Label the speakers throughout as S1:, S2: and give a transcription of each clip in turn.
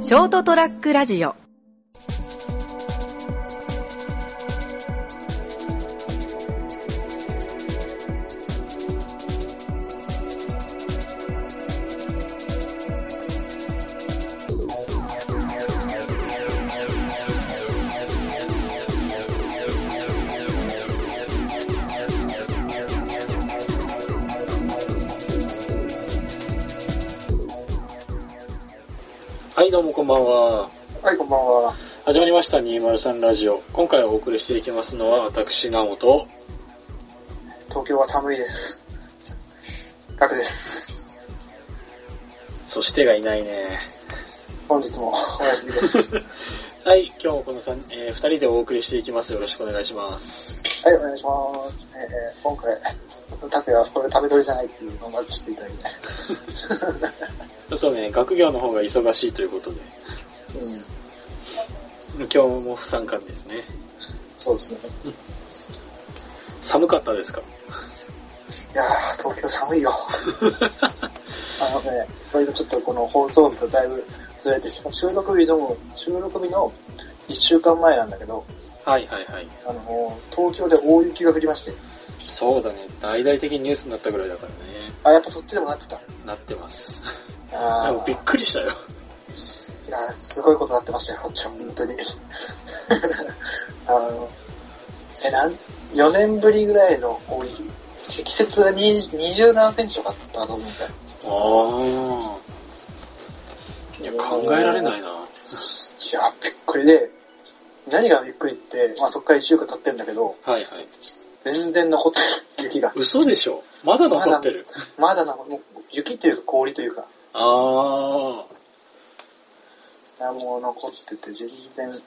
S1: ショートトラックラジオ
S2: はいどうもこんばんは
S3: はい、こんばんは。
S2: 始まりました203ラジオ今回お送りしていきますのは私直と
S3: 東京は寒いです。楽です。
S2: そしてがいないね
S3: 本日もお休み です。は
S2: はい今日もこの三えー、2人でお送りしていきますよろしくお願いします
S3: い、お願いします。えー、今回、拓也はそれ食べ取りじゃないっていうのをまず知っていただいて。
S2: ちょっとね学業の方が忙しいということで
S3: うん、
S2: 今日も不参加ですね
S3: そうですね。
S2: 寒かった ですか
S3: いやー、東京寒いよ。あのね、割とちょっとこの放送日とだいぶずれて、しかも収録日の、収録日の1週間前なんだけど、
S2: はいはいはい
S3: あのー、東京で大雪が降りまして、
S2: そうだね大々的にニュースになったぐらいだからね
S3: あ、やっぱそっちでもなってた。
S2: なってます
S3: あ
S2: もうびっ
S3: ー
S2: くりしたよ
S3: いやーすごいことになってましたよ、こっちは、本当に。 あの、え、なん、4年ぶりぐらいの大雪。積雪が20 20何センチとかだったと思うんだよ。
S2: ああいや考えられないない
S3: やー、びっくりで、何がびっくりって、まあそっから1週間経ってんだけど、
S2: はいはい
S3: 全然残ってる、雪が。
S2: 嘘でしょまだ残ってる
S3: まだな、もう雪というか氷というか、
S2: あ
S3: いやもう残ってて、全然、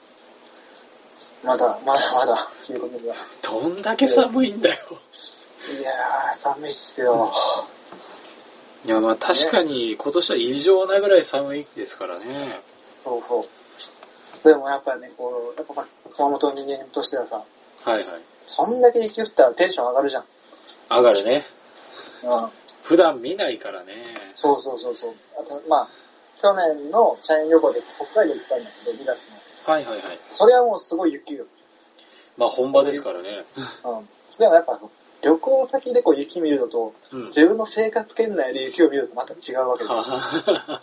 S3: まだ、まだまだ、ということでは。
S2: あ、どんだけ寒いんだよ。
S3: いやー、寒いっすよ。
S2: いや、まあ確かに今年は異常なぐらい寒いですからね。
S3: そうそう。でもやっぱね、こう、やっぱまあ熊本の人間としてはさ、
S2: はいはい。
S3: そんだけ雪降ったらテンション上がるじゃん。
S2: 上がるね。
S3: うん。
S2: 普段見ないからね。
S3: そうそうそうそう。あと、まあ、去年の社員旅行で北海道行ったんだけど、2月の。
S2: はいはいはい。
S3: それはもうすごい雪よ。
S2: まあ本場ですからね。
S3: うん。でもやっぱ、旅行先でこう雪見るのと、
S2: うん。
S3: 自分の生活圏内で雪を見るのとまた違うわけで
S2: は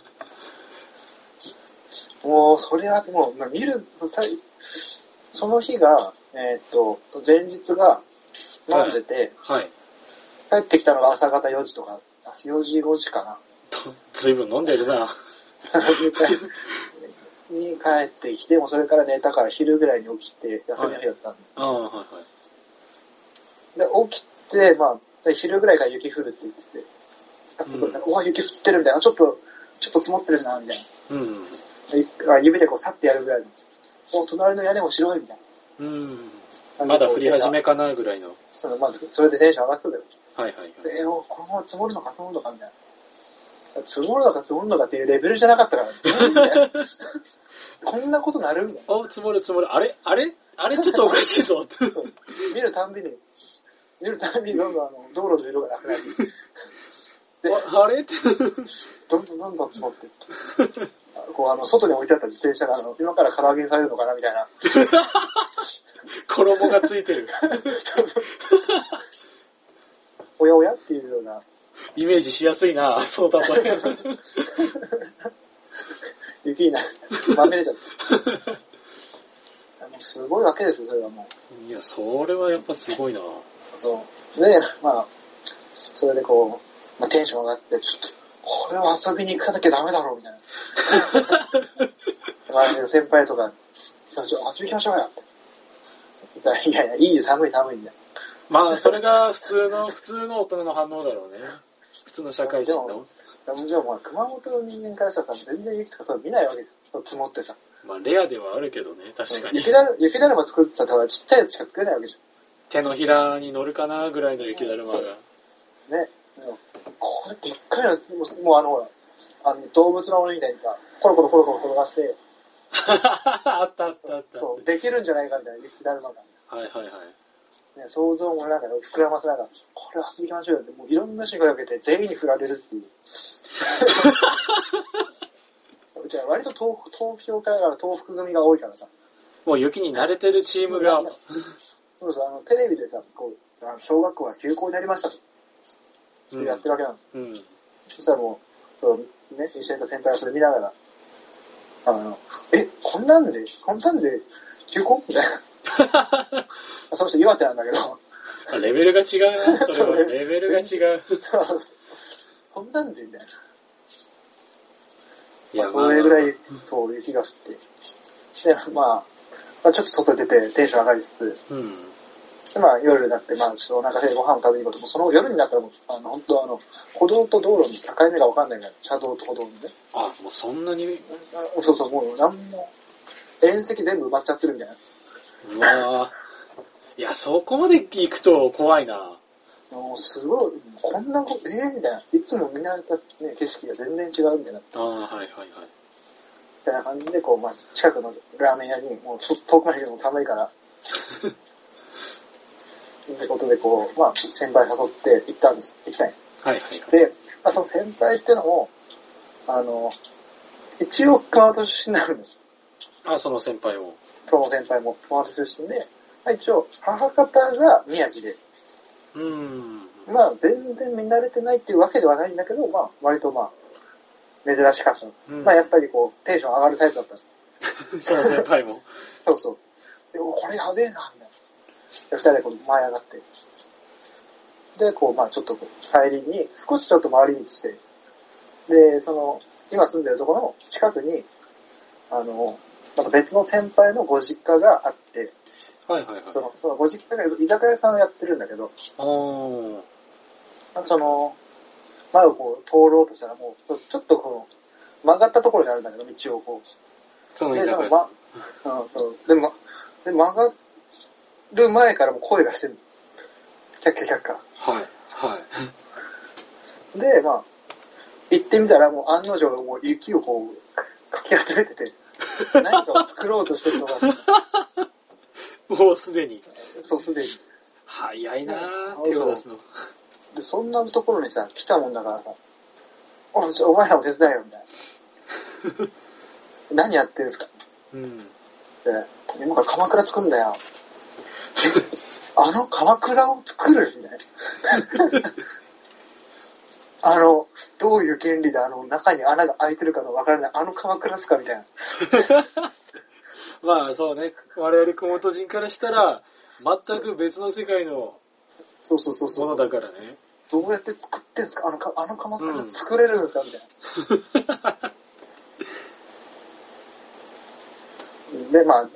S3: す。もう、それはもう、まあ、見るとさ、その日が、えーっと、前日が飲んでて、
S2: い。
S3: 帰ってきたのが朝方4時とか、あ4時5時かな。
S2: とずいぶん飲んでるな。
S3: に帰ってきて、もうそれから寝たから昼ぐらいに起きて、休みの日だったんで。
S2: ああ、はいはい。
S3: で、起きて、まあ、昼ぐらいから雪降るって言ってて、あすごい、
S2: うん
S3: お雪降ってるみたいな、ちょっと、ちょっと積もってるな、みたい
S2: うん。
S3: な。あ指でこう、さってやるぐらいの。お、隣の屋根も白いみたい
S2: うん。
S3: な。
S2: まだ降り始めかなぐらいの。
S3: その、まあ、それでテンション上がってたよ。
S2: はいはいはい。
S3: で、えおこのまま積もるのか積もるのかみたいな。積もるのか積もるのかっていうレベルじゃなかったから、こんなことなるみたいな。
S2: お、積もる積もる。あれあれあれちょっとおかしい ぞ。
S3: 見るたんびに、見るたんびにどんどんあの道路の色がなくなり、
S2: ああれって。
S3: どんどんどんどん積もってって。あこうあの、外に置いてあった自転車が、あの、今から唐揚げにされるのかなみたいな。
S2: 衣がついてる。
S3: おやおやっていうような、
S2: イメージしやすいな、そうだと。
S3: 雪にな、まみれちゃった。あのすごいわけですよ、それはも
S2: いや、それはやっぱすごいな。は
S3: う。そう。で、まあ、それでこう、まあ、テンション上がって、ちょっと、これは遊びに行かなきゃダメだろう、みたい な。周りの先輩とか、ちょちょ遊び行きましょうよ。みたいないやいや、いいよ、寒い寒いんだよ。
S2: まあ、それが普通の、普通の大人の反応だろうね。普通の社会人
S3: で
S2: の
S3: も。じゃあ、まあ、熊本の人間からしたら全然雪とかそう見ないわけですよ。積もってさ。
S2: まあ、レアではあるけどね、確かに
S3: 雪。だる、雪だるま作ってたら、ちっちゃいやつしか作れないわけじ
S2: 手のひらに乗るかなぐらいの雪だるまが。
S3: ゃん。ね。でもこれでっかいの、もうもうあの、ほら、あの、動物の森みたいにさ、コロコロコロコロ転がして、
S2: あったあったあった。
S3: そ
S2: は
S3: う、できるんじゃないかみたいな、雪だるまが。
S2: いはいはい。
S3: ね、想像もなんか膨らませながら、これ遊びましょうよって、もういろんな人に声かけて全員に振られるっていう。ちは割と東東京から東北組が多いからさ。
S2: もう雪に慣れてるチームが、
S3: そうそう、あの、テレビでさ、こう、あの小学校が休校になりました
S2: う
S3: と、やってるわけなの。
S2: ん。うん。
S3: そしたらもう、そうね、一緒にいた先輩はそれ見ながら、あの、え、こんなんで、こんなんで休校みたいな。その人岩手なんだけど、
S2: あレベルが違うな、それは。レベルが違う。
S3: こんなんでみたいな。
S2: い
S3: まあ
S2: や、まあ
S3: それぐらい、そう、雪が降って。で、まあ、まあ、ちょっと外出てテンション上がりつつ、
S2: うん。
S3: でまあ夜になって、まあちょっとお腹でご飯を食べに行こうと、もうその夜になったらもう、あの、本当あの、歩道と道路の境目がわかんないから、車道と歩道のね。
S2: あ、もうそんなに、
S3: あそうそう、もうなんも、縁石全部埋まっちゃってるみたいな。
S2: うわぁ。いや、そこまで行くと怖いな。
S3: もうすごい、こんなこと、ええみたいな。いつも見慣れた、ね、景色が全然違うみたいな。み
S2: ああ、はいはいはい。
S3: たいな感じで、こう、まあ、近くのラーメン屋に、もうちょっと遠くまで行くのも寒いから。 ってことで、こう、まあ、先輩誘って行ったんです。行きたい。
S2: はいはいはい。
S3: で、まあ、その先輩ってのも、あの、一応熊本出身なんです。
S2: あ、その先輩を。
S3: その先輩も熊本出身で、まあ、一応、母方が宮城で、
S2: うん。
S3: まあ、全然見慣れてないっていうわけではないんだけど、まあ、割とまあ、珍しかったの。
S2: うん
S3: まあ、やっぱりこう、テンション上がるタイプだったんです。
S2: その先輩も。
S3: そうそう。で、おこれやべえな、みたいな。で、二人でこう、前上がって。で、こう、まあ、ちょっとこう、帰りに、少しちょっと回り道して、で、その、今住んでるところの近くに、あの、また別の先輩のご実家があって、
S2: はいはいはい
S3: そ。の、そのご実家が居酒屋さんをやってるんだけど、
S2: おー。
S3: なんかその、前をこう通ろうとしたらもう、ちょっとこの、曲がったところにあるんだけど、道をこう。
S2: その
S3: で、
S2: 居
S3: そ
S2: 酒
S3: の、
S2: 屋さ
S3: ま
S2: ん。、
S3: うん、そう。で、ま、で曲がる前からもう声がしてる。キャッキャキャッキ
S2: はい。はい。
S3: ャ。で、まあ、行ってみたらもう案の定もう雪をこう、かき集めてて、何かを作ろうとしてるのが、
S2: もうすでに。
S3: そうすでに。
S2: 早いな
S3: う
S2: ぁ、
S3: ん
S2: 手を出すの。
S3: で、そんなところにさ、来たもんだからさ、おちょお前らも手伝えよ、みたいな。何やってるんですか
S2: うん。
S3: って、今から鎌倉作んだよ。あの鎌倉を作るみたいな。あの、どういう原理であの中に穴が開いてるかのわからないあの鎌倉っすかみたいな。
S2: まあそうね、我々熊本人からしたら、全く別の世界の
S3: そうそうそう
S2: も
S3: そ
S2: の
S3: う。
S2: だからね。
S3: どうやって作ってんすかあのかあの鎌倉作れるんですかみたいな。で、まあ、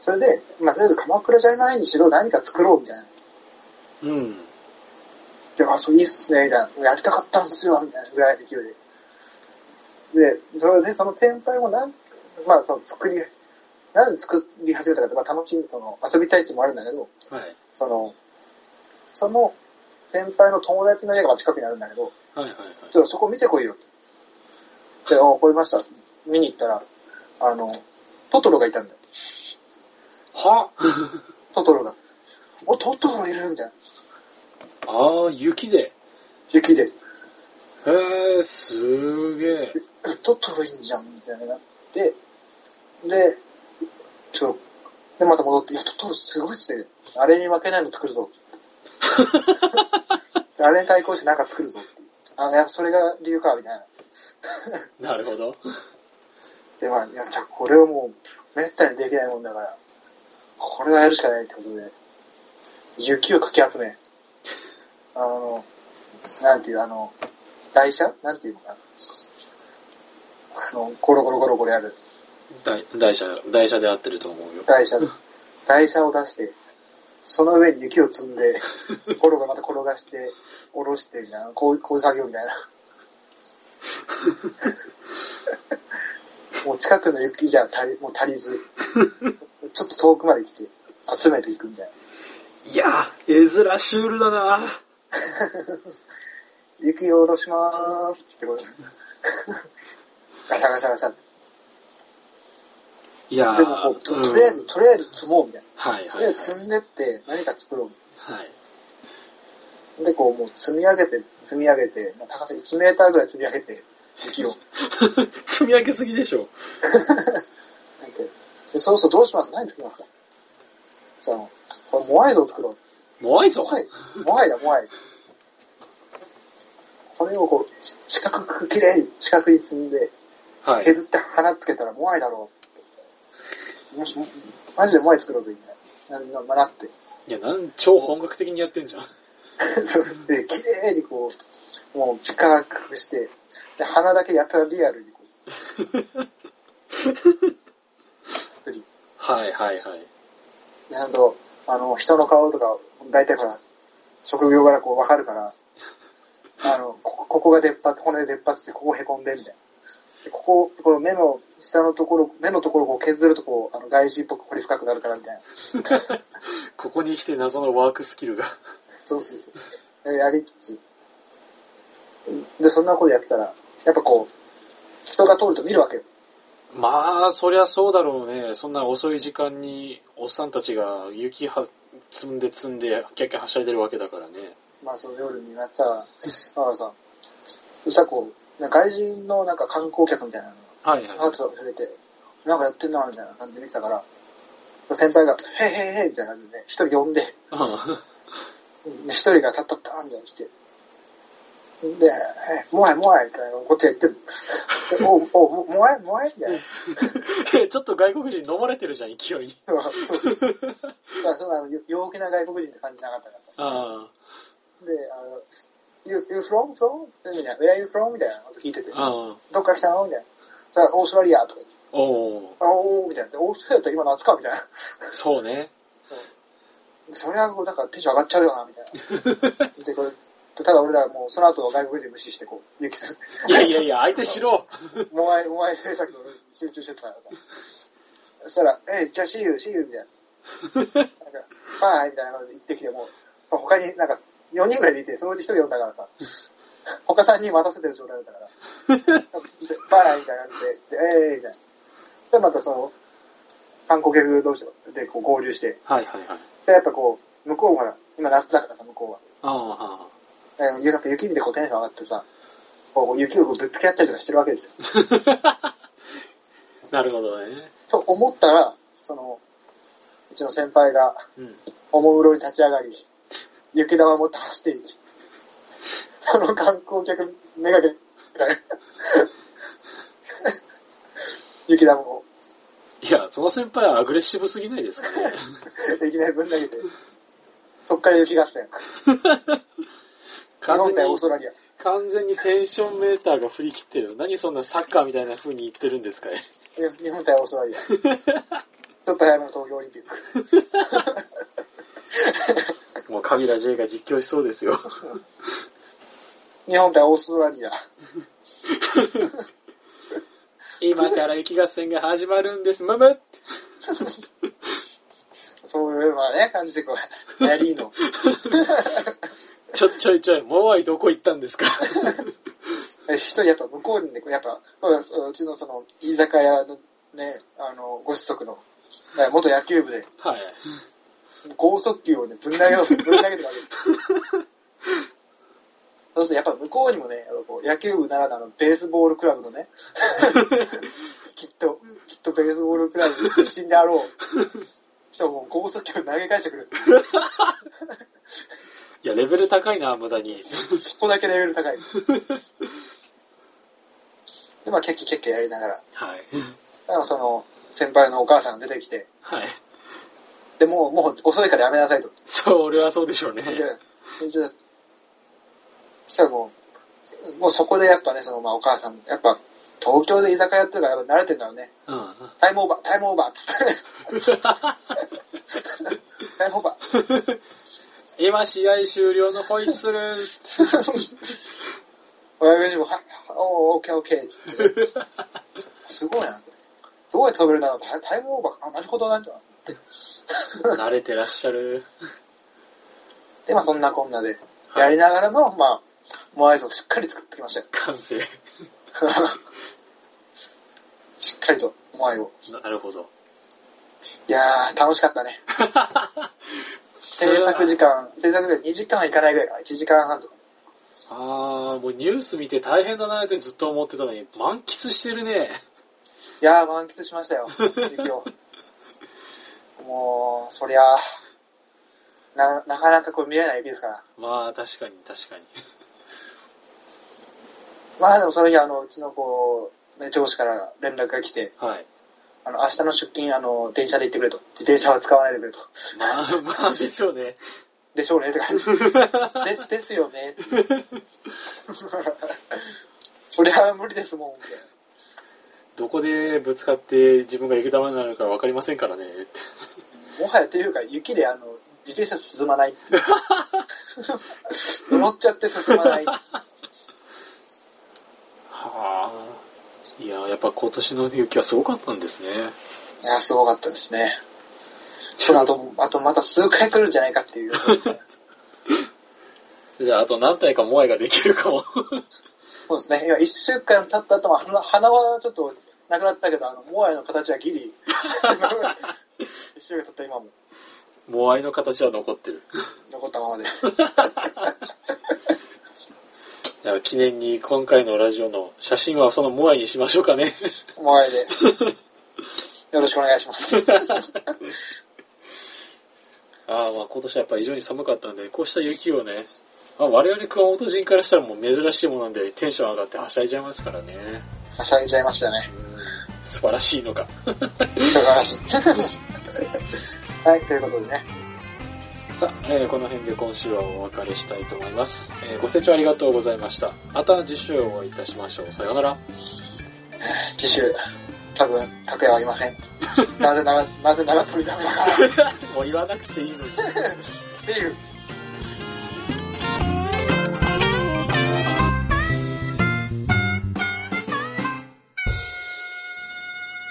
S3: それで、まあ、とりあえず鎌倉じゃないにしろ何か作ろうみたいな。
S2: うん。
S3: で、あ、そういいっすね、みたいな。やりたかったんですよ、みたいなぐらいの勢いで。で、それで、その先輩もなん、まあ、その作り、なんで作り始めたかって、まあ、楽しみ、その、遊びたいっていうのもあるんだけど、
S2: はい。
S3: その、その、先輩の友達の家が近くにあるんだけど、
S2: はいはいはい。
S3: ちょっとそこ見てこいよって。で、あ、わかりました。見に行ったら、あの、トトロがいたんだよ。
S2: は
S3: トトロが。お、トトロいるみたいな。
S2: ああ、雪で。
S3: 雪で。
S2: へえ、すげえ。
S3: えトトロいいんじゃんみたいになって、で、ちょ、で、また戻って、いや、トトロすごいっすね。あれに負けないの作るぞ。あれに対抗してなんか作るぞっていう。あ、いや、それが理由か、みたいな。
S2: なるほど。
S3: で、まあ、いや、じゃあこれはもう、めったにできないもんだから、これはやるしかないってことで、雪をかき集め、あの、なんていう、あの、台車なんていうのかな。あの、ゴロゴロゴロゴロやる。
S2: 台台車、台車で合ってると思うよ。
S3: 台車、台車を出して、その上に雪を積んで、ゴロがまた転がして、下ろしてみたいな、こうこういう作業みたいな。もう近くの雪じゃ足りもう足りず、ちょっと遠くまで来て、集めていくみたい
S2: いやー、絵面シュールだな
S3: な。雪を下ろしまーすってことでガシャガシャガシャって。
S2: いやー
S3: でもこう、ととりあえず、
S2: うん
S3: とりあえず積もうみたいな。
S2: はいはい
S3: とり
S2: は
S3: あえ
S2: い
S3: ず。積んでって何か作ろうみたいな。
S2: はい。
S3: で、こう、もう積み上げて、積み上げて、まあ、高さ1メーターぐらい積み上げて、雪を。
S2: 積み上げすぎでしょ。
S3: なんかでそうそう、どうします何作りますかその、これモアイ像を作ろう。
S2: モアイ像
S3: モアイ、モアイだ、モアイ。これをこう、四角く綺麗に、四角に積んで、
S2: はい。
S3: 削って花つけたらモアイだろう。もし、マジでモアイ作ろうぜ、みたいな。な、な、なって。
S2: いや、なん、超本格的にやってんじゃん。
S3: そうで、綺麗にこう、もう近くして、で、鼻だけやたらリアルにこう。作り
S2: はいはいはい。
S3: であと、あの、人の顔とか、大体ほら、職業柄こうわかるから、あの、こここが出っ張って、骨出っ張ってて、ここ凹んで、みたいな。でここ、この目の下のところ、目のところをこう削るとこう、あの、外人っぽく掘り深くなるから、みたいな。
S2: ここに来て謎のワークスキルが。
S3: そうそうそう。でやりつつ。で、そんなことやってたら、やっぱこう、人が通ると見るわけよ。
S2: まあ、そりゃそうだろうね。そんな遅い時間に、おっさんたちが雪は積んで積んで、キャッキャはしゃいでるわけだからね。
S3: まあ、その夜になったら、ああさ、そしたらこう、なんか外人のなんか観光客みたいなのが
S2: はいはい
S3: アートが触れて、なんかやってんな、みたいな感じで見てたから、先輩が、へいへいへいみたいな感じで、一人呼んで、
S2: うん。
S3: で一人がタッタッターンみたいに来て、で、えもわいもわいみたいな、こっちが言ってる。でおう、おう、ももわいもわいみたいな。
S2: え ちょっと外国人飲まれてるじゃん、勢いに。
S3: そうそうそう。だからそのあのよ陽気な外国人って感じなかったから。
S2: あ
S3: で、あの、You, you from? from? みたいな、Where are you from? みたいなこと聞いてて
S2: あ、、ああ、
S3: どっから来たのみたいな。さあ、オーストラリアとか言って、
S2: おお、
S3: あおーみたいな。でオーストラリアって今夏かみたいな。
S2: そう ね。
S3: それはこう、だからテンション上がっちゃうよな、みたいな。で、これ、ただ俺らもう、その後外国人無視して、こう、ゆきさん、
S2: いやいやいや、相手しろ。
S3: モアイ、モアイ制作に集中してたからさ。そしたら、え、じゃあ、シーユー、シーユー、みたいな。なんか、バーイみたいな感じで行ってきて、もう、他になんか、4人ぐらいでいて、そのうち1人呼んだからさ、他3人待たせてる状態だったから、バーイみたいな感じで、えー、みたいな。で、またその、観光客同士でこう合流して、
S2: はいはいはい。
S3: そしたらやっぱこう、向こうから、今夏だからさ、向こうは。
S2: ああ、あ
S3: あのやっぱ雪見てこうテンション上がってさ、こう雪をこうぶつけ合ったりとかしてるわけですよ。
S2: あなるほどね。
S3: と思ったら、その、うちの先輩が、
S2: うん。
S3: おもむろに立ち上がり、雪玉持って走っていき、その観光客めがけたね、雪玉を
S2: いや、その先輩はアグレッシブすぎないですかね。
S3: いきなりぶん投げて、そっから雪合戦。日
S2: 完
S3: 本対
S2: 全
S3: オー
S2: に
S3: ス、トラリア。
S2: 完全にテンションメーターが振り切ってるよ。何そんなサッカーみたいな風に言ってるんですかね。
S3: 日本対オーストラリア。ちょっと早めの東京オリンピッ ク。
S2: もうカビラ J が実況しそうですよ。
S3: 日本対オーストラリア。
S2: 今から雪合戦が始まるんです、むむ
S3: そういう、まあね、感じでこう、やりの。
S2: ちょ、ちょいちょい、モアイどこ行ったんですか
S3: え一人やっぱ向こうにね、やっぱ、そううちのその、居酒屋のね、あの、ご子息の、え元野球部で、
S2: はい。
S3: 剛速球をね、ぶん投げろ、ぶん投げてるわけです。そうするとやっぱ向こうにもね、あのこう野球部ならではのベースボールクラブのね、きっと、きっとベースボールクラブ出身であろう。人もう剛速球を投げ返してくる。
S2: いや、レベル高いな、無駄に。
S3: そこだけレベル高い。で、まあ、キャッキャキャッキャやりながら、
S2: はい。
S3: だからその、先輩のお母さんが出てきて、
S2: はい。
S3: で、もう、もう遅いからやめなさいと。
S2: そう、俺はそうでしょうね。
S3: で、そしたらもう、もうそこでやっぱね、その、まあお母さん、やっぱ、東京で居酒屋やってるからやっぱ慣れてんだろうね。
S2: うん。
S3: タイムオーバー、タイムオーバーっ つって。タイムオーバー。
S2: 今試合終了のホイッスル。
S3: 親父も、はおー、オッケーオッケーっつって。すごいなって。どうやって飛べるんだろうタイタイムオーバー、あ、なるほどなんだ。
S2: 慣れてらっしゃる。
S3: で、まあそんなこんなで、
S2: はい
S3: やりながらの、まあ、モアイ像をしっかり作ってきましたよ。
S2: 完成。
S3: しっかりと、モアイを。
S2: なるほど。
S3: いやー、楽しかったね。制作時間、制作時間2時間はいかないぐらいかな、1時間半とか。
S2: ああ、もうニュース見て大変だなってずっと思ってたのに、満喫してるね。
S3: いやー、満喫しましたよ、雪を。もう、そりゃあ、な、なかなかこう見れない雪ですから。
S2: まあ、確かに確かに。
S3: まあでもその日、あの、うちのこう、ね、上司から連絡が来て、
S2: はい。
S3: あの、明日の出勤、あの、電車で行ってくれと。自転車は使わないでくれと。
S2: まあ、まあでしょうね。
S3: でしょうねって感じ。で、ですよね。 そりゃ無理ですもん、みたいな。
S2: どこでぶつかって自分が雪玉になるか分かりませんからね。って
S3: もはやというか、雪であの、自転車進まないっていう乗っちゃって進まない。
S2: はあ。いや、やっぱ今年の雪はすごかったんですね。
S3: いや、すごかったですね。そのあと、あとまた数回来るんじゃないかっていう。
S2: じゃあ、あと何体かモアイができるかも。
S3: そうですね。今、一週間経った後も、鼻鼻はちょっとなくなってたけど、あの、モアイの形はギリ。一週間経った今も、
S2: モアイの形は残ってる。
S3: 残ったままで。
S2: いや記念に今回のラジオの写真はそのモアイにしましょうかね。
S3: モアイで。よろしくお願いします。
S2: ああ、まあ今年はやっぱり非常に寒かったんで、こうした雪をね、まあ、我々熊本人からしたらもう珍しいものなんでテンション上がってはしゃいじゃいますからね。
S3: はしゃいちゃいましたね。
S2: 素晴らしいのか。
S3: 素晴ら しい。はい、ということでね。
S2: さあ、えーこの辺で今週はお別れしたいと思います、えーご清聴ありがとうございました。また次週お会いいたしましょう。さようなら。
S3: 次週、多分、拓也はいません。なぜなら、なぜなら取りだめだから。
S2: もう言わなくていいのに。
S3: See you!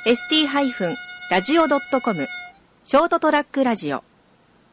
S1: ST-radio.com ショートトラックラジオ